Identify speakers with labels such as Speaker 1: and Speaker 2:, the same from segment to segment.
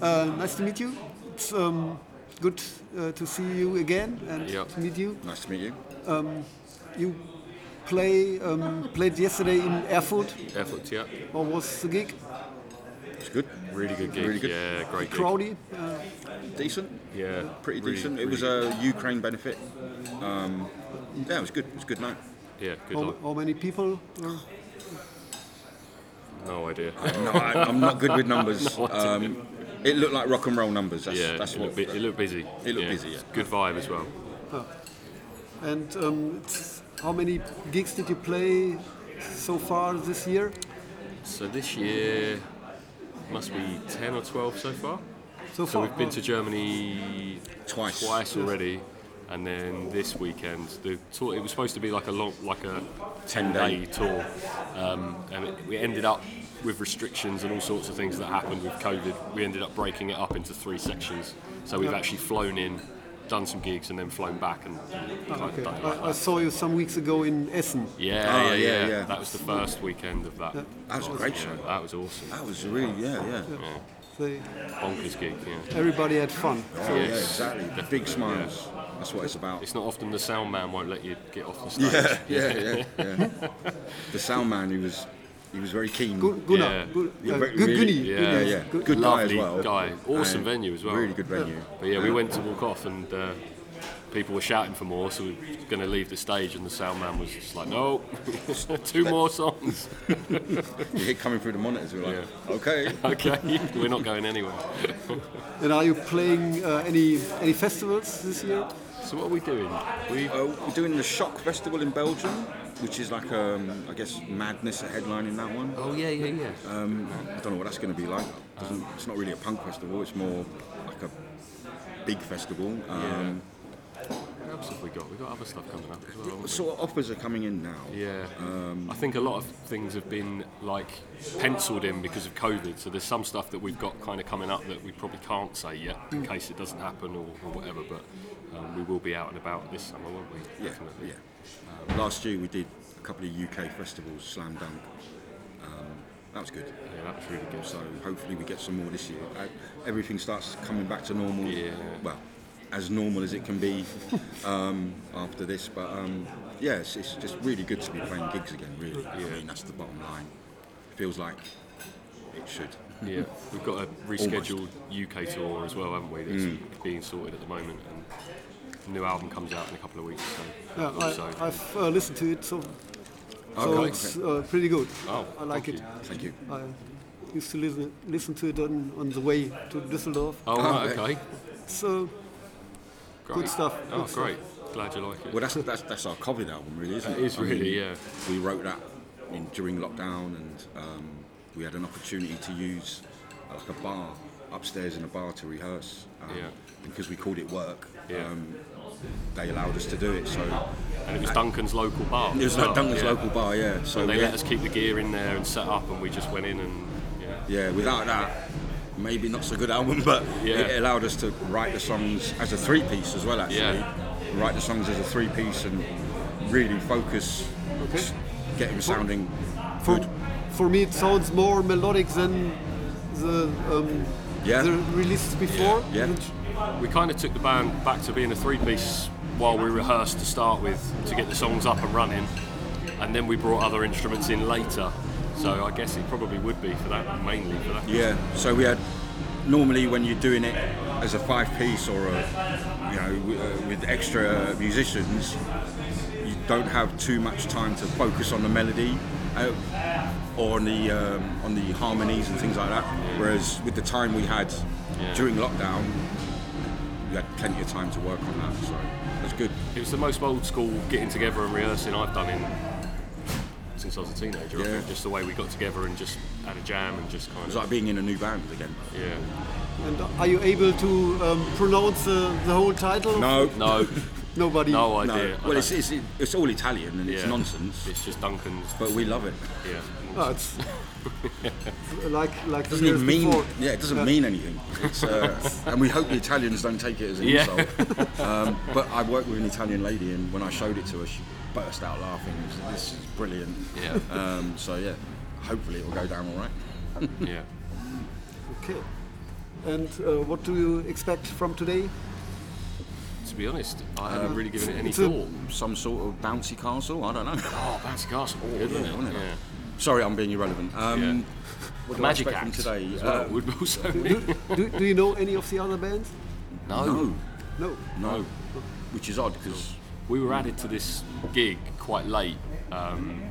Speaker 1: Uh, nice to meet you. It's um, good uh, to see you again and
Speaker 2: Yeah.
Speaker 1: to meet you.
Speaker 2: Nice to meet you.
Speaker 1: You play um, played yesterday in Erfurt.
Speaker 2: Effort, yeah.
Speaker 1: What was the gig?
Speaker 3: It's good.
Speaker 2: Really good gig.
Speaker 3: Really good.
Speaker 2: Yeah, great gig.
Speaker 1: Crowdy. Uh,
Speaker 3: Decent.
Speaker 2: Yeah.
Speaker 3: Pretty
Speaker 2: really,
Speaker 3: decent.
Speaker 2: really
Speaker 3: it was a Ukraine benefit. Um, yeah, it was good. It was a good night.
Speaker 2: good. Yeah,
Speaker 3: Oh.
Speaker 2: good
Speaker 1: how,
Speaker 2: luck.
Speaker 1: how many people? uh, Were?
Speaker 2: No idea.
Speaker 3: No, I, I'm not good with numbers. um, it looked like rock and roll numbers. That's,
Speaker 2: yeah,
Speaker 3: that's
Speaker 2: it,
Speaker 3: what.
Speaker 2: looked, bu- it looked busy.
Speaker 3: It looked busy, yeah.
Speaker 2: Good vibe as well.
Speaker 1: And um, it's, how many gigs did you play so far this year?
Speaker 2: So this year must be 10 or 12 so far.
Speaker 1: So
Speaker 2: So
Speaker 1: far,
Speaker 2: we've been
Speaker 1: uh,
Speaker 2: to Germany
Speaker 3: Twice.
Speaker 2: twice already, and then this weekend the tour. It was supposed to be like a long, like a ten-day tour, um, and it, we ended up with restrictions and all sorts of things that happened with COVID. We ended up breaking it up into three sections. So we've actually flown in, done some gigs, and then flown back and
Speaker 3: Oh,
Speaker 2: and kind of
Speaker 1: Oh, okay.
Speaker 2: done it like
Speaker 1: I, I
Speaker 2: that.
Speaker 1: saw you some weeks ago in Essen.
Speaker 2: Yeah,
Speaker 3: Oh,
Speaker 2: yeah,
Speaker 3: yeah,
Speaker 2: yeah,
Speaker 3: yeah.
Speaker 2: That was the first weekend of that.
Speaker 3: That was a great
Speaker 2: Yeah,
Speaker 3: show.
Speaker 2: That was awesome.
Speaker 3: That was really yeah yeah.
Speaker 1: They,
Speaker 2: Bonkers gig. Yeah.
Speaker 1: everybody had fun.
Speaker 3: Oh, yeah,
Speaker 2: Yes.
Speaker 3: exactly.
Speaker 2: Definitely,
Speaker 3: Big smiles. That's what it's about.
Speaker 2: It's not often the sound man won't let you get off the stage.
Speaker 3: yeah, yeah, yeah. yeah. the sound man, he was, he was very keen.
Speaker 1: Gu- Gunnar,
Speaker 2: Yeah.
Speaker 1: Gu-
Speaker 3: Yeah,
Speaker 1: uh,
Speaker 3: very-
Speaker 1: Gu-
Speaker 3: really,
Speaker 1: Gunni,
Speaker 2: yeah.
Speaker 1: Gunni,
Speaker 3: Yeah, yeah.
Speaker 1: Gu-
Speaker 3: Good guy as
Speaker 2: Lovely
Speaker 3: well.
Speaker 2: guy. Awesome
Speaker 3: And
Speaker 2: venue as well.
Speaker 3: Really good venue.
Speaker 2: But yeah, we went to walk off and uh, people were shouting for more, so we were going to leave the stage, and the sound man was just like, "No, two more songs."
Speaker 3: You hear coming through the monitors. We were like,
Speaker 2: Yeah.
Speaker 3: okay.
Speaker 2: okay, we're not going anywhere.
Speaker 1: And are you playing uh, any any festivals this year?
Speaker 2: So what are we doing? We
Speaker 3: Uh, we're doing the Shock Festival in Belgium, which is like, um, I guess, madness at headlining that one. Um,
Speaker 2: oh yeah yeah yeah.
Speaker 3: I don't know what that's going to be like. Doesn't- it's not really a punk festival. It's more like a big festival. Um,
Speaker 2: what else have we got? We have got other stuff coming up as well. haven't we?
Speaker 3: Sort of offers are coming in now.
Speaker 2: Yeah.
Speaker 1: Um,
Speaker 2: I think a lot of things have been like penciled in because of COVID. So there's some stuff that we've got kind of coming up that we probably can't say yet in
Speaker 1: Mm.
Speaker 2: case it doesn't happen or, or whatever. But um, we will be out and about this summer, won't we?
Speaker 3: Yeah,
Speaker 2: Definitely.
Speaker 3: yeah. Um, last year we did a couple of UK festivals, slam dunk. Um, that was good.
Speaker 2: Yeah, that was really good.
Speaker 3: So hopefully we get some more this year. Uh, everything starts coming back to normal.
Speaker 2: Yeah.
Speaker 3: Well, as normal as it can be um, after this. But um, yeah, it's, it's just really good to be playing gigs again. Really. I mean, that's the bottom line. Feels like it should.
Speaker 1: Mm-hmm.
Speaker 2: Yeah, we've got a rescheduled UK tour as well, haven't we? That's
Speaker 1: Mm.
Speaker 2: being sorted at the moment, and new album comes out in a couple of weeks. So
Speaker 1: Yeah,
Speaker 2: also,
Speaker 1: I, I've uh, listened to it, so, so
Speaker 3: Okay.
Speaker 1: it's uh, pretty good.
Speaker 2: Oh,
Speaker 1: I like
Speaker 2: thank
Speaker 1: it.
Speaker 3: Thank you.
Speaker 1: I used to listen listen to it on, on the way to Düsseldorf.
Speaker 2: oh, right,
Speaker 3: okay.
Speaker 2: okay,
Speaker 1: So
Speaker 2: great.
Speaker 1: stuff,
Speaker 2: Oh,
Speaker 1: good stuff.
Speaker 2: great. Glad you like it.
Speaker 3: Well, that's that's, that's our COVID album, really, isn't it?
Speaker 2: It is
Speaker 3: I mean,
Speaker 2: really, yeah.
Speaker 3: We wrote that in, during lockdown, and um, we had an opportunity to use uh, like a bar upstairs in a bar to rehearse. Um,
Speaker 2: Yeah.
Speaker 3: Because we called it work,
Speaker 2: Yeah.
Speaker 3: um, they allowed us to do it. So
Speaker 2: and it was Duncan's local bar.
Speaker 3: it was
Speaker 2: as
Speaker 3: like
Speaker 2: well,
Speaker 3: Duncan's
Speaker 2: yeah.
Speaker 3: local bar, yeah. So
Speaker 2: They
Speaker 3: yeah,
Speaker 2: let us keep the gear in there and set up, and we just went in and yeah.
Speaker 3: yeah, without that, maybe not so good album, but
Speaker 2: Yeah.
Speaker 3: it allowed us to write the songs as a three piece as well. Actually,
Speaker 2: Yeah.
Speaker 3: write the songs as a three piece and really focus,
Speaker 1: Okay.
Speaker 3: get him sounding.
Speaker 1: for,
Speaker 3: good.
Speaker 1: for me it sounds more melodic than the, um,
Speaker 3: Yeah.
Speaker 1: the releases before.
Speaker 3: Yeah.
Speaker 2: We kind of took the band back to being a three-piece while we rehearsed to start with to get the songs up and running, and then we brought other instruments in later. So I guess it probably would be for that mainly for that.
Speaker 3: Yeah. So we had normally when you're doing it as a five piece or a you know w- uh, with extra musicians, you don't have too much time to focus on the melody uh, or on the um, on the harmonies and things like that. Whereas with the time we had during lockdown, we had plenty of time to work on that. So that's good.
Speaker 2: It was the most old-school getting together and rehearsing I've done in since I was a teenager. I
Speaker 3: Yeah.
Speaker 2: think just the way we got together and just had a jam and just kind
Speaker 3: It was
Speaker 2: of
Speaker 3: like being in a new band again.
Speaker 2: yeah.
Speaker 1: And are you able to um, pronounce the, the whole title?
Speaker 3: No.
Speaker 2: No,
Speaker 1: Nobody.
Speaker 2: no
Speaker 3: No.
Speaker 2: idea. I
Speaker 3: Well, it's,
Speaker 2: don't-
Speaker 3: it's, it's all Italian and it's
Speaker 2: Yeah.
Speaker 3: nonsense,
Speaker 2: it's just Duncan's.
Speaker 3: but we love it.
Speaker 2: yeah.
Speaker 1: Ah, it's like like the
Speaker 3: doesn't
Speaker 1: years
Speaker 3: even mean
Speaker 1: before.
Speaker 3: yeah it doesn't mean anything it's, uh, and we hope the Italians don't take it as an
Speaker 2: Yeah.
Speaker 3: insult um, but I worked with an Italian lady and when I showed it to her she burst out laughing and said, this is brilliant
Speaker 2: Yeah.
Speaker 3: um, so yeah hopefully it will go down all right
Speaker 2: Yeah.
Speaker 1: Okay. And uh, what do you expect from today?
Speaker 2: To be honest, I haven't really given it any
Speaker 1: it's a-
Speaker 2: thought.
Speaker 3: Some sort of bouncy castle? I don't know.
Speaker 2: Oh, Bouncy Castle, good,
Speaker 3: Yeah,
Speaker 2: isn't it?
Speaker 3: wasn't it? Sorry, I'm being irrelevant. Um, what do I
Speaker 2: Magic
Speaker 3: expect
Speaker 2: Act
Speaker 3: from today?
Speaker 2: as well
Speaker 3: Uh,
Speaker 2: would also
Speaker 1: Do,
Speaker 2: be.
Speaker 1: do, do you know any of the other bands?
Speaker 3: Uh, no,
Speaker 1: No.
Speaker 3: no, which is odd because
Speaker 2: We were added to this gig quite late. Um,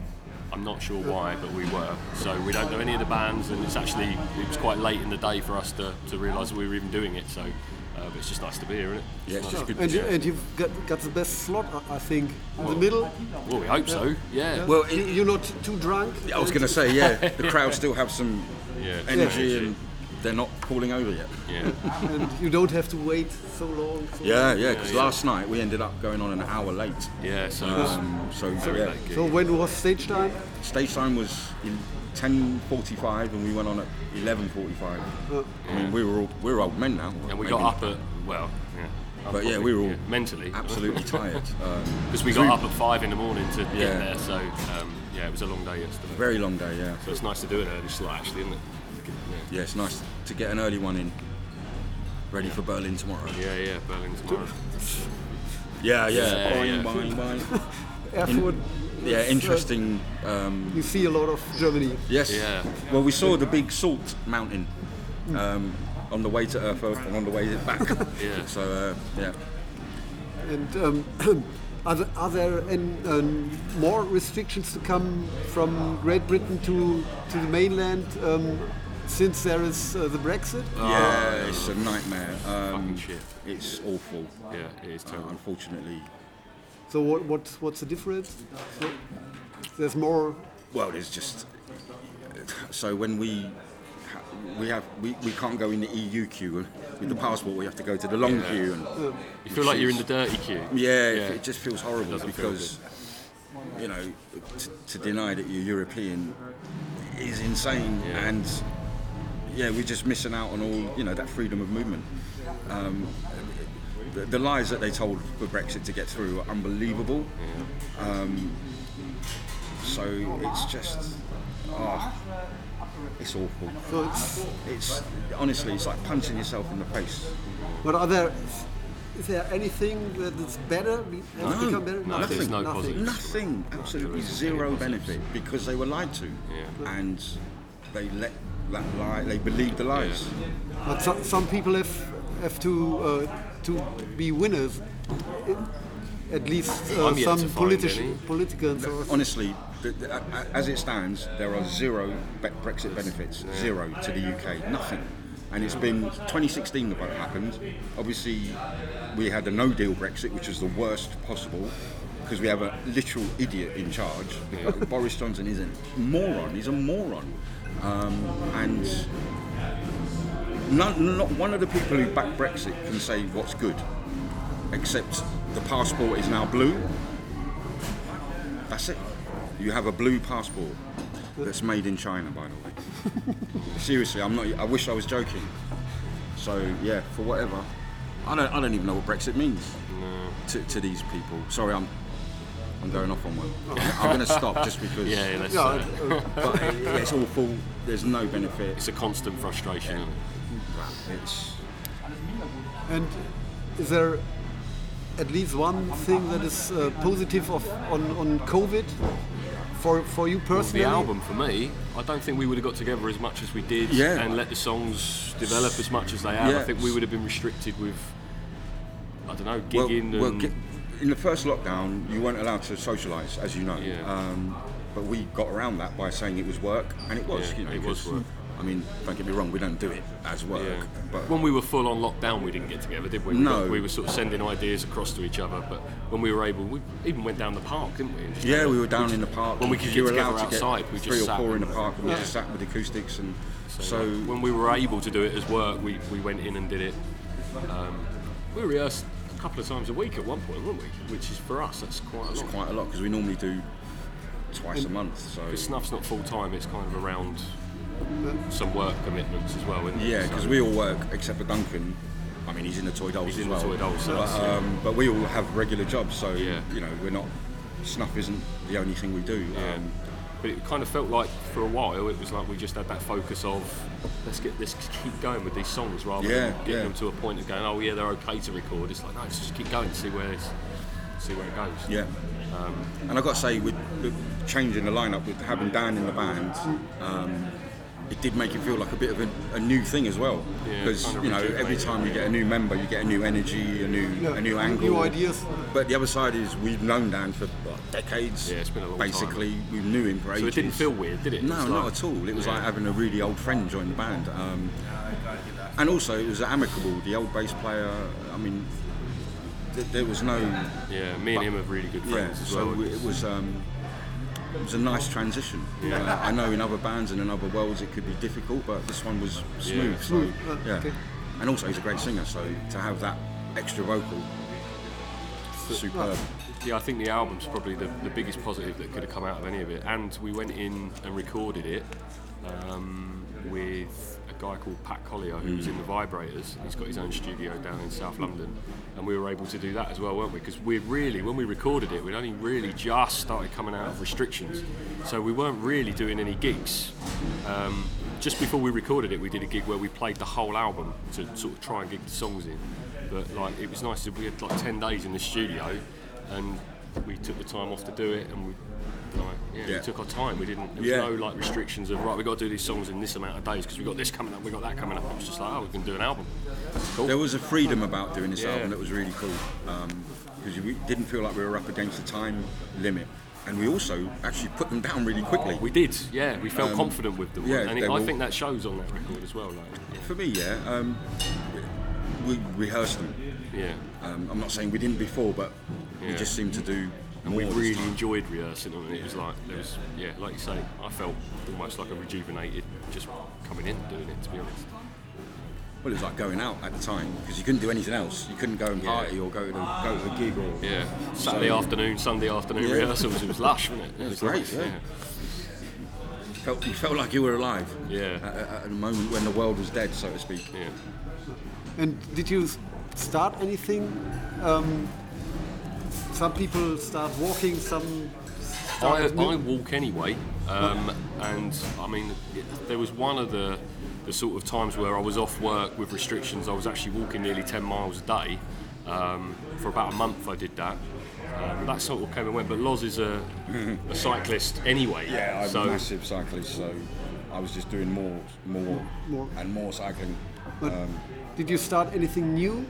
Speaker 2: I'm not sure why, but we were. So we don't know any of the bands, and it's actually it was quite late in the day for us to, to realise that we were even doing it. So, uh, but it's just nice to be here, isn't it?
Speaker 3: yeah, it's just good.
Speaker 1: And, you, and you've got, got the best slot, I- I think, in the middle.
Speaker 2: Well, we hope so. Yeah.
Speaker 3: Well,
Speaker 1: You-
Speaker 3: it-
Speaker 1: you're not too drunk.
Speaker 3: I was going to say, yeah, the crowd still have some
Speaker 2: Yeah.
Speaker 3: energy
Speaker 2: Yeah.
Speaker 3: and they're not falling over yet.
Speaker 2: yeah.
Speaker 1: And you don't have to wait so long. So
Speaker 3: Yeah, yeah, because last night we ended up going on an hour late.
Speaker 2: Yeah. So.
Speaker 3: Um, so, yeah,
Speaker 2: late.
Speaker 1: So when was stage time?
Speaker 3: stage time was in 10.45 and we went on at 11.45. I mean, we were all, we're old men now.
Speaker 2: and we
Speaker 3: maybe.
Speaker 2: got up at well. Yeah.
Speaker 3: But yeah, we were all
Speaker 2: mentally
Speaker 3: absolutely tired. Um,
Speaker 2: because we got up at five in the morning to get
Speaker 3: Yeah.
Speaker 2: there. So um, yeah, it was a long day yesterday.
Speaker 3: very long day, yeah.
Speaker 2: So it's nice to do an early slot, actually, isn't it?
Speaker 3: Yeah, it's nice to get an early one in. Ready for Berlin tomorrow.
Speaker 2: Yeah, yeah, Berlin tomorrow.
Speaker 3: Yeah, yeah.
Speaker 2: Yeah,
Speaker 3: Buying,
Speaker 2: yeah.
Speaker 3: buying, buying.
Speaker 1: Erfurt.
Speaker 3: yeah,
Speaker 1: is, uh,
Speaker 3: interesting. Um,
Speaker 1: you see a lot of Germany.
Speaker 3: yes.
Speaker 2: Yeah.
Speaker 3: Well, we saw the big salt mountain um, on the way to Erfurt and on the way back.
Speaker 2: Yeah.
Speaker 3: So, uh, yeah.
Speaker 1: And um, are there, are there an, um, more restrictions to come from Great Britain to, to the mainland um, since there is uh, the Brexit?
Speaker 3: yeah, it's a nightmare. Um,
Speaker 2: Fucking shit.
Speaker 3: It's awful.
Speaker 2: Yeah, it is
Speaker 3: Uh,
Speaker 2: terrible.
Speaker 3: unfortunately,
Speaker 1: So what, what what's the difference? So there's more.
Speaker 3: well, it's just so when we ha- we have we, we can't go in the EU queue with the passport. We have to go to the long queue. And,
Speaker 2: You feel like you're in the dirty queue.
Speaker 3: Yeah, it-
Speaker 2: Yeah.
Speaker 3: it just feels horrible
Speaker 2: Doesn't feel
Speaker 3: because you know t- to deny that you're European is insane,
Speaker 2: Yeah.
Speaker 3: and yeah, we're just missing out on all you know that freedom of movement. Um, the, the lies that they told for Brexit to get through are unbelievable. Um, so it's just, oh, it's awful.
Speaker 1: So it's,
Speaker 3: It's honestly, it's like punching yourself in the face.
Speaker 1: but are there? Is there anything that is better? Has
Speaker 3: No,
Speaker 1: become better?
Speaker 2: Mm. no, there's no positive.
Speaker 3: Nothing, absolutely
Speaker 2: There isn't
Speaker 3: zero
Speaker 2: any
Speaker 3: benefit because they were lied to, and they let that lie. They believed the lies.
Speaker 1: But so, some people have have to uh, to be winners. At least uh,
Speaker 2: I'm yet to
Speaker 1: some
Speaker 2: find any.
Speaker 1: politici- politicians. Or
Speaker 3: Honestly, the, the, a- a- as it stands, there are zero Be- Brexit benefits, zero to the UK, nothing. And it's been 2016 that that happened. Obviously, we had a no deal Brexit, which was the worst possible because we have a literal idiot in charge. Boris Johnson is a moron, he's a moron. Um, and none, not one of the people who back Brexit can say what's good, except the passport is now blue. That's it. You have a blue passport that's made in China, by the way. Seriously, I'm not. I wish I was joking. So yeah, for whatever. I don't. I don't even know what Brexit means to, to these people. Sorry, I'm. I'm going off on one. I'm going to stop just because.
Speaker 2: Yeah, yeah, that's,
Speaker 1: Yeah,
Speaker 2: uh,
Speaker 1: uh,
Speaker 3: But it- it's awful. There's no benefit.
Speaker 2: it's a constant frustration. isn't it?
Speaker 3: It's
Speaker 1: And is there at least one thing that is uh, positive of, on, on COVID for, for you personally?
Speaker 2: The album for me, I don't think we would have got together as much as we did
Speaker 3: Yeah.
Speaker 2: and let the songs develop as much as they have. I
Speaker 3: Yeah.
Speaker 2: think we would have been restricted with, I don't know,
Speaker 3: well,
Speaker 2: gigging
Speaker 3: well,
Speaker 2: and
Speaker 3: gi- in the first lockdown, you weren't allowed to socialise, as you know.
Speaker 2: Yeah.
Speaker 3: Um, but we got around that by saying it was work, and it was.
Speaker 2: Yeah,
Speaker 3: you know,
Speaker 2: it was
Speaker 3: 'cause,
Speaker 2: work.
Speaker 3: I mean, don't get me wrong, we don't do it as work,
Speaker 2: yeah.
Speaker 3: but
Speaker 2: when we were full on lockdown, we didn't get together, did we? We,
Speaker 3: No.
Speaker 2: got- we were sort of sending ideas across to each other, but when we were able, we even went down the park, didn't we? And just
Speaker 3: yeah,
Speaker 2: had a-
Speaker 3: we were down in the park.
Speaker 2: when we could get
Speaker 3: you were allowed
Speaker 2: together
Speaker 3: to get
Speaker 2: outside, we just
Speaker 3: three or
Speaker 2: sat
Speaker 3: four in
Speaker 2: and-
Speaker 3: the park, and
Speaker 2: Yeah.
Speaker 3: we just sat with acoustics, and so,
Speaker 2: when we were able to do it as work, we, we went in and did it. Um, we rehearsed a couple of times a week at one point, weren't we? Which is for us, that's quite a
Speaker 3: it's
Speaker 2: lot.
Speaker 3: quite a lot because we normally do twice a month. So
Speaker 2: Because snuff's not full time; it's kind of around some work commitments as well, isn't it?
Speaker 3: yeah,
Speaker 2: So-
Speaker 3: because we all work except for Duncan. I mean, he's in the toy dolls
Speaker 2: He's
Speaker 3: as
Speaker 2: in the
Speaker 3: well.
Speaker 2: Toy Dolls, so
Speaker 3: but,
Speaker 2: that's- yeah.
Speaker 3: um, but we all have regular jobs, so
Speaker 2: Yeah.
Speaker 3: you know, we're not. Snuff isn't the only thing we do. Um,
Speaker 2: But it kind of felt like for a while it was like we just had that focus of let's get let's keep going with these songs rather
Speaker 3: Yeah,
Speaker 2: than getting
Speaker 3: yeah.
Speaker 2: them to a point of going oh yeah they're okay to record. It's like no, let's just keep going see where it's, see where it goes.
Speaker 3: Yeah.
Speaker 2: Um,
Speaker 3: and I've got to say, with, with changing the lineup, with having Dan in the band, um, it did make it feel like a bit of a, a new thing as well.
Speaker 2: Yeah,
Speaker 3: Because
Speaker 2: kind of
Speaker 3: you know, every
Speaker 2: rejuvenated.
Speaker 3: time you get a new member, you get a new energy, a new
Speaker 1: Yeah,
Speaker 3: a new
Speaker 1: new
Speaker 3: angle,
Speaker 1: ideas.
Speaker 3: But the other side is we've known Dan for like, decades.
Speaker 2: Yeah, it's been a long time.
Speaker 3: Basically, we knew him for ages.
Speaker 2: So it didn't feel weird, did it?
Speaker 3: No,
Speaker 2: It's
Speaker 3: not
Speaker 2: like-
Speaker 3: at all. It was
Speaker 2: Yeah.
Speaker 3: like having a really old friend join the band. Um, and also, it was amicable. The old bass player, I mean, th- there was no.
Speaker 2: yeah. Me and him are really good
Speaker 3: Yeah,
Speaker 2: friends as
Speaker 3: so
Speaker 2: well.
Speaker 3: we- it was. Um, it was a nice transition. Uh, I know in other bands and in other worlds it could be difficult, but this one was smooth.
Speaker 2: Yeah.
Speaker 3: So,
Speaker 1: uh,
Speaker 3: yeah.
Speaker 1: okay.
Speaker 3: And also, he's a great singer, so to have that extra vocal, superb.
Speaker 2: Yeah, I think the album's probably the, the biggest positive that could have come out of any of it. And we went in and recorded it um, with a guy called Pat Collier, who was in the Vibrators. He's got his own studio down in South London, and we were able to do that as well, weren't we? Because we really, when we recorded it, we'd only really just started coming out of restrictions, so we weren't really doing any gigs. Um, just before we recorded it, we did a gig where we played the whole album to sort of try and gig the songs in. But like, it was nice that we had like ten days in the studio, and we took the time off to do it, and we. Like, yeah,
Speaker 3: Yeah.
Speaker 2: we took our time. We didn't. There was
Speaker 3: Yeah.
Speaker 2: no like restrictions of right. We got to do these songs in this amount of days because we got this coming up. We got that coming up. It was just like oh, we can do an album.
Speaker 3: There was a freedom about doing this
Speaker 2: Yeah.
Speaker 3: album that was really cool because we didn't feel like we were up against the time limit, and we also actually put them down really quickly.
Speaker 2: We did. Yeah, we felt confident with them.
Speaker 3: Um, yeah,
Speaker 2: and
Speaker 3: they
Speaker 2: it, I
Speaker 3: were-
Speaker 2: think that shows on that record as well. Like,
Speaker 3: For me, yeah, um, we rehearsed them.
Speaker 2: yeah. yeah.
Speaker 3: Um, I'm not saying we didn't before, but we
Speaker 2: Yeah.
Speaker 3: just seemed to do
Speaker 2: And
Speaker 3: more.
Speaker 2: we
Speaker 3: this
Speaker 2: really
Speaker 3: time.
Speaker 2: enjoyed rehearsing them, and it was like there was yeah, like you say, I felt almost like a rejuvenated just coming in and doing it. To be honest.
Speaker 3: Well, it was like going out at the time because you couldn't do anything else. You couldn't go and
Speaker 2: Yeah.
Speaker 3: party or go to go to a gig or.
Speaker 2: Yeah. Saturday afternoon, Sunday afternoon
Speaker 3: Yeah.
Speaker 2: rehearsals. It was lush, wasn't it? Yeah, It was
Speaker 3: great,
Speaker 2: nice,
Speaker 3: yeah. Felt, you felt like you were alive.
Speaker 2: Yeah.
Speaker 3: At, at- at a moment when the world was dead, so to speak.
Speaker 2: yeah. yeah.
Speaker 1: And did you s- start anything? Um, some people start walking, some.
Speaker 2: I,
Speaker 1: Start
Speaker 2: I walk anyway, um, and I mean, there was one of the the sort of times where I was off work with restrictions. I was actually walking nearly ten miles a day um, for about a month. I did that. Um, that sort of came and went. But Loz is a, a cyclist anyway.
Speaker 3: Yeah, I'm
Speaker 2: so
Speaker 3: a massive cyclist, so I was just doing more, more,
Speaker 1: More.
Speaker 3: and more cycling.
Speaker 1: But did you start anything new?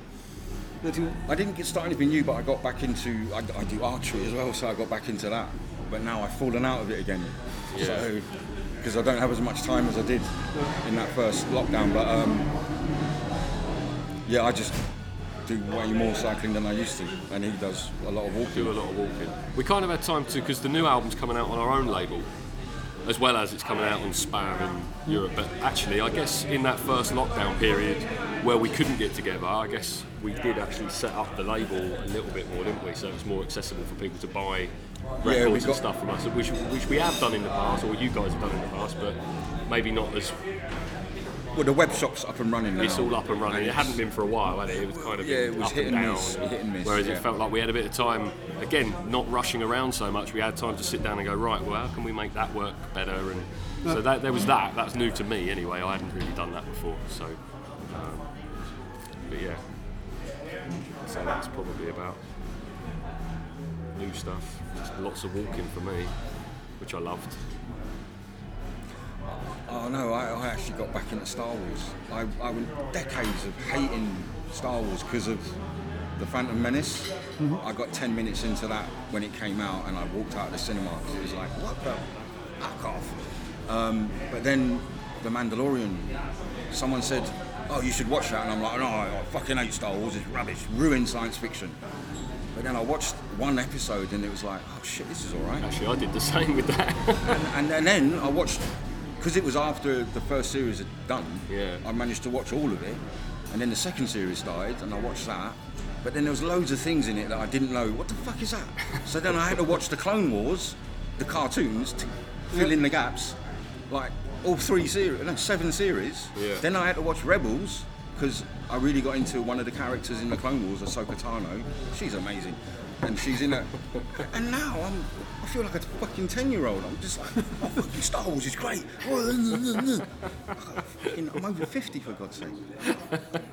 Speaker 1: That you
Speaker 3: I didn't get start anything new, but I got back into. I, I do archery as well, so I got back into that. But now I've fallen out of it again.
Speaker 2: Yeah.
Speaker 3: So because I don't have as much time as I did in that first lockdown. But um, yeah, I just do way more cycling than I used to, and he does a lot of
Speaker 2: do a
Speaker 3: walking.
Speaker 2: lot of walking. We kind of had time to because the new album's coming out on our own label, as well as it's coming out on Spam in Europe. But actually, I guess in that first lockdown period where we couldn't get together, I guess we did actually set up the label a little bit more, didn't we? So it was more accessible for people to buy
Speaker 3: we
Speaker 2: records
Speaker 3: got-
Speaker 2: and stuff from us, which, which we have done in the past, or you guys have done in the past, but maybe not as
Speaker 3: Well, the web shop's up and running now.
Speaker 2: it's all up and running. It
Speaker 3: it's-
Speaker 2: hadn't been for a while, had it? It was kind of
Speaker 3: Yeah, it was
Speaker 2: up
Speaker 3: hit
Speaker 2: and
Speaker 3: and
Speaker 2: down.
Speaker 3: miss, hit and miss,
Speaker 2: Whereas
Speaker 3: yeah.
Speaker 2: it felt like we had a bit of time, again, not rushing around so much. We had time to sit down and go, right, well, how can we make that work better? And so that, there was that. That's new to me anyway. I hadn't really done that before. So, um, but yeah. So that's probably about new stuff. Just lots of walking for me, which I loved.
Speaker 3: Oh no, I, I actually got back into Star Wars. I, I went decades of hating Star Wars because of the Phantom Menace. I got 10 minutes into that when it came out and I walked out of the cinema because it was like, what the fuck off. Um, but then The Mandalorian, someone said, oh, you should watch that. And I'm like, no, I fucking hate Star Wars, it's rubbish, ruined science fiction. But then I watched one episode and it was like, oh shit, this is alright.
Speaker 2: Actually, I did the same with that.
Speaker 3: And, and then I watched, because it was after the first series had done,
Speaker 2: Yeah.
Speaker 3: I managed to watch all of it. And then the second series started, and I watched that. But then there was loads of things in it that I didn't know. What the fuck is that? so then I had to watch the Clone Wars, the cartoons, to fill in the gaps. Like all three series, no, seven series.
Speaker 2: Yeah.
Speaker 3: Then I had to watch Rebels, because I really got into one of the characters in the Clone Wars, Ahsoka Tano. She's amazing, and she's in it. and now I'm, I feel like a fucking ten-year-old. I'm just like, oh, fucking Star Wars is great. fucking, I'm over fifty for God's sake.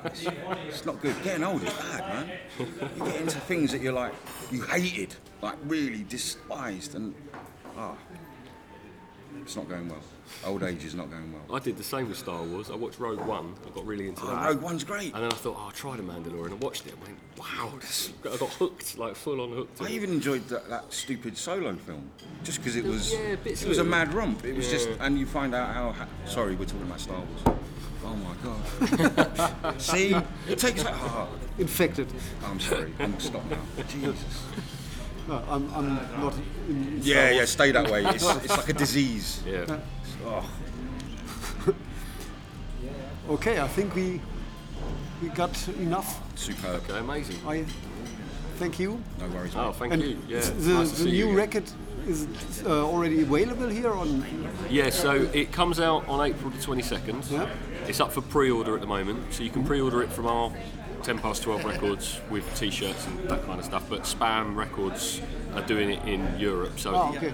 Speaker 3: It's, it's not good. Getting old is bad, man. You get into things that you're like, you hated, like really despised, and ah, it's not going well. Old age is not going well.
Speaker 2: I did the same with Star Wars. I watched Rogue One. I got really into
Speaker 3: Oh,
Speaker 2: that.
Speaker 3: Rogue One's great.
Speaker 2: And then I thought, oh, I'll try the Mandalorian. I watched it. I went, wow, this, I got hooked, like full on hooked.
Speaker 3: I even enjoyed that, that stupid solo film, just because it was
Speaker 2: yeah, bits
Speaker 3: it was a
Speaker 2: of it.
Speaker 3: mad romp. It was just, and you find out how. ha- Sorry, we're talking about Star Wars. Oh my god! See, it takes. Oh,
Speaker 1: Infected.
Speaker 3: I'm sorry. I'm stop now. Jesus.
Speaker 1: No, I'm, I'm not. In
Speaker 3: Yeah, yeah. Stay that way. It's, it's like a disease.
Speaker 2: yeah.
Speaker 3: Oh,
Speaker 1: Okay, I think we we got enough.
Speaker 3: superb.
Speaker 2: Okay, amazing.
Speaker 1: I thank you.
Speaker 3: No worries.
Speaker 2: Oh,
Speaker 3: mate.
Speaker 2: thank
Speaker 1: And
Speaker 2: you. Yeah,
Speaker 1: s- the,
Speaker 2: nice to
Speaker 1: the
Speaker 2: see
Speaker 1: new
Speaker 2: you again.
Speaker 1: record is uh, already available here on
Speaker 2: Yeah, so it comes out on April the 22nd.
Speaker 1: Yep.
Speaker 2: It's up for pre order at the moment, so you can pre order it from our 10 past 12 records with t shirts and that kind of stuff. But Spam Records are doing it in Europe, so
Speaker 1: Oh, okay.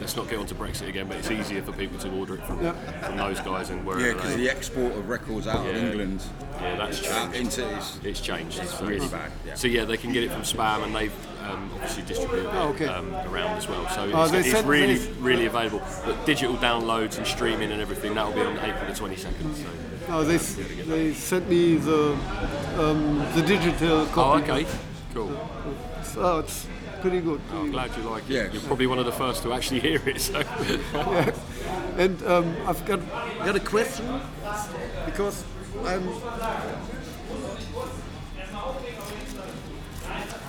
Speaker 2: let's not get onto Brexit again, but it's easier for people to order it from,
Speaker 1: Yep.
Speaker 2: from those guys and wherever
Speaker 3: Yeah, because
Speaker 2: they
Speaker 3: the export of records out of
Speaker 2: Yeah.
Speaker 3: England
Speaker 2: Yeah, that's
Speaker 3: out
Speaker 2: changed.
Speaker 3: into it's,
Speaker 2: It's changed. so
Speaker 3: really
Speaker 2: it's-
Speaker 3: bad, yeah.
Speaker 2: So yeah, they can get it from Spam, and they've um, obviously distributed
Speaker 1: Oh, okay. Oh,
Speaker 2: it um, around as well. So it's,
Speaker 1: they
Speaker 2: it's
Speaker 1: said
Speaker 2: really,
Speaker 1: they-
Speaker 2: really available. But digital downloads and streaming and everything that will be on April the twenty second. So.
Speaker 1: No, they s- they sent me the um, the digital
Speaker 2: Oh,
Speaker 1: copy.
Speaker 2: okay. Cool.
Speaker 1: So it's pretty good.
Speaker 2: I'm glad you like it.
Speaker 3: Yeah.
Speaker 2: You're probably one of the first to actually hear it. So.
Speaker 1: And um, I've got got a question because I'm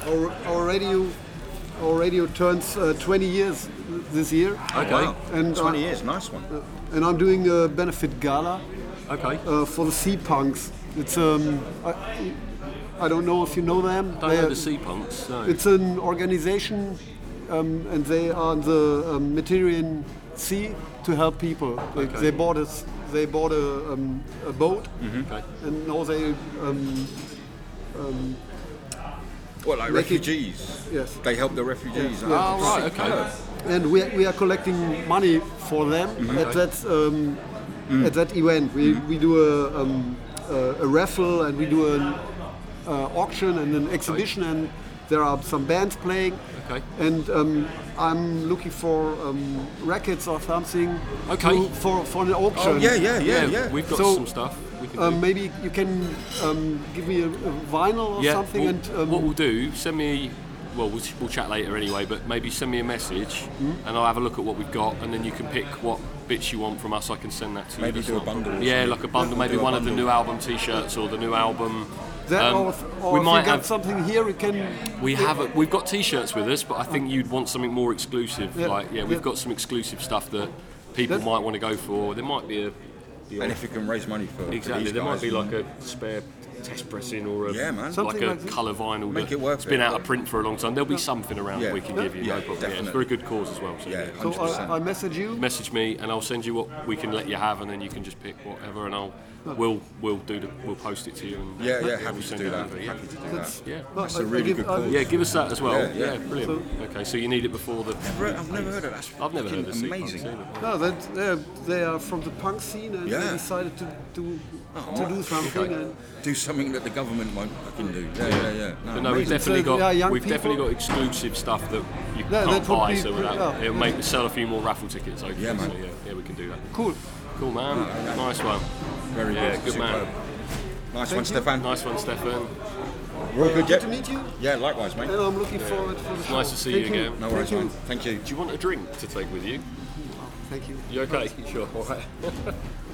Speaker 1: our, our radio our radio turns uh, 20 years this year,
Speaker 2: Okay.
Speaker 3: wow.
Speaker 1: And, uh,
Speaker 3: 20 years, nice one.
Speaker 1: and I'm doing a benefit gala
Speaker 2: Okay.
Speaker 1: uh, for the Sea Punks. It's um I, I don't know if you know them.
Speaker 2: Don't
Speaker 1: They
Speaker 2: know
Speaker 1: are-
Speaker 2: the sea punks. No.
Speaker 1: It's an organization, um, and they are on the um, Mediterranean Sea to help people. They,
Speaker 2: Okay.
Speaker 1: they bought a s- they bought a, um, a boat,
Speaker 2: Okay.
Speaker 1: and now they um,
Speaker 3: What, like
Speaker 1: Make it-
Speaker 3: refugees?
Speaker 1: Yes.
Speaker 3: They help the refugees.
Speaker 1: Yeah.
Speaker 3: Ah,
Speaker 2: Oh, right. Okay.
Speaker 1: and we are, we are collecting money for them at
Speaker 2: Okay.
Speaker 1: that um,
Speaker 2: Mm.
Speaker 1: at that event. We, we do a, um, a, a raffle and we do an uh, auction and an exhibition, and there are some bands playing.
Speaker 2: Okay.
Speaker 1: And um, I'm looking for um, rackets or something
Speaker 2: Okay.
Speaker 1: to- for, for an auction.
Speaker 3: Oh, yeah, yeah, yeah, yeah.
Speaker 2: We've got
Speaker 1: So,
Speaker 2: some stuff. We can do.
Speaker 1: Um, maybe you can um, give me a, a vinyl or
Speaker 2: yeah,
Speaker 1: something.
Speaker 2: we'll-
Speaker 1: and um,
Speaker 2: what we'll do, send me. Well, we'll, we'll chat later anyway, but maybe send me a message,
Speaker 1: Hmm?
Speaker 2: and I'll have a look at what we've got, and then you can pick what bits you want from us. I can send that to you.
Speaker 3: Maybe
Speaker 2: That's
Speaker 3: do a
Speaker 2: not problem.
Speaker 3: bundle or
Speaker 2: Yeah,
Speaker 3: something.
Speaker 2: like a bundle. Maybe
Speaker 3: Do a
Speaker 2: one of the
Speaker 3: bundle.
Speaker 2: new album T-shirts or the new album.
Speaker 1: that
Speaker 2: Um,
Speaker 1: or if, or
Speaker 2: we
Speaker 1: if
Speaker 2: might
Speaker 1: you got
Speaker 2: have.
Speaker 1: something here, we can.
Speaker 2: We have. A, we've got T-shirts with us, but I think you'd want something more exclusive.
Speaker 1: Hmm. Yeah,
Speaker 2: Like, yeah, we've
Speaker 1: yeah.
Speaker 2: got some exclusive stuff that people
Speaker 1: That's-
Speaker 2: might want to go for. There might be a. the
Speaker 3: And
Speaker 2: odd-
Speaker 3: if you can raise money for for
Speaker 2: Exactly.
Speaker 3: these
Speaker 2: There might be
Speaker 3: guys,
Speaker 2: like a spare test pressing or a
Speaker 3: Yeah, man.
Speaker 2: like
Speaker 1: Something
Speaker 2: a
Speaker 1: like that.
Speaker 2: colour vinyl.
Speaker 3: Make
Speaker 2: that
Speaker 3: it worth
Speaker 2: It's been
Speaker 3: it.
Speaker 2: out of print for a long time. There'll be something around
Speaker 3: Yeah.
Speaker 2: that we can
Speaker 1: Yeah.
Speaker 2: give you.
Speaker 3: Yeah,
Speaker 2: no problem. Yeah, it's
Speaker 3: definitely.
Speaker 2: for a good cause as well. So
Speaker 3: yeah,
Speaker 2: yeah.
Speaker 1: So uh,
Speaker 3: 100%.
Speaker 1: I, I message you.
Speaker 2: message me and I'll send you what we can let you have, and then you can just pick whatever, and I'll we'll we'll do the, we'll post it to you. And,
Speaker 3: yeah, yeah,
Speaker 2: we'll
Speaker 3: happy to
Speaker 2: send
Speaker 3: do
Speaker 2: it
Speaker 3: that.
Speaker 2: over, yeah.
Speaker 3: Happy to do
Speaker 1: That's-
Speaker 3: that.
Speaker 2: Yeah.
Speaker 3: That's
Speaker 1: I-
Speaker 3: a
Speaker 1: I
Speaker 3: really
Speaker 1: give-
Speaker 3: good
Speaker 1: I-
Speaker 3: call.
Speaker 2: Yeah, give us that as well.
Speaker 3: Yeah, yeah.
Speaker 2: Yeah, brilliant. okay, so you need it before the.
Speaker 3: Bro, I've never heard of that.
Speaker 2: I've never heard of this.
Speaker 3: Amazing.
Speaker 1: No, that they're, they are from the punk scene and they
Speaker 3: Yeah.
Speaker 1: decided to do to
Speaker 3: alright.
Speaker 1: do something.
Speaker 2: Oh, Okay.
Speaker 1: And
Speaker 3: Do something that the government won't fucking do. Yeah, yeah, yeah.
Speaker 2: But no, we've
Speaker 1: amazing.
Speaker 2: definitely
Speaker 1: So, yeah,
Speaker 2: got
Speaker 1: young
Speaker 2: we've
Speaker 1: people-
Speaker 2: definitely got exclusive stuff that you
Speaker 1: Yeah,
Speaker 2: can't
Speaker 1: that would
Speaker 2: buy,
Speaker 1: be
Speaker 2: so
Speaker 1: good,
Speaker 2: without
Speaker 1: yeah.
Speaker 2: it'll make sell a few more raffle tickets. Hopefully,
Speaker 3: Yeah, man.
Speaker 2: So, yeah, yeah, we can do that.
Speaker 1: cool.
Speaker 2: Cool man, nice one.
Speaker 3: Very
Speaker 2: yeah,
Speaker 3: good.
Speaker 2: good man.
Speaker 3: Superb. Nice one, Stefan.
Speaker 2: Nice one, Stefan.
Speaker 3: Real good,
Speaker 1: Good to
Speaker 3: yeah.
Speaker 1: meet you.
Speaker 3: Yeah, likewise, mate.
Speaker 1: And I'm looking forward for the show.
Speaker 2: Nice to see you
Speaker 1: Thank
Speaker 2: again.
Speaker 3: No worries,
Speaker 1: Thank
Speaker 3: mate.
Speaker 1: you.
Speaker 3: Thank you.
Speaker 2: Do you want a drink to take with you?
Speaker 1: Thank you.
Speaker 2: You okay? Sure. All right.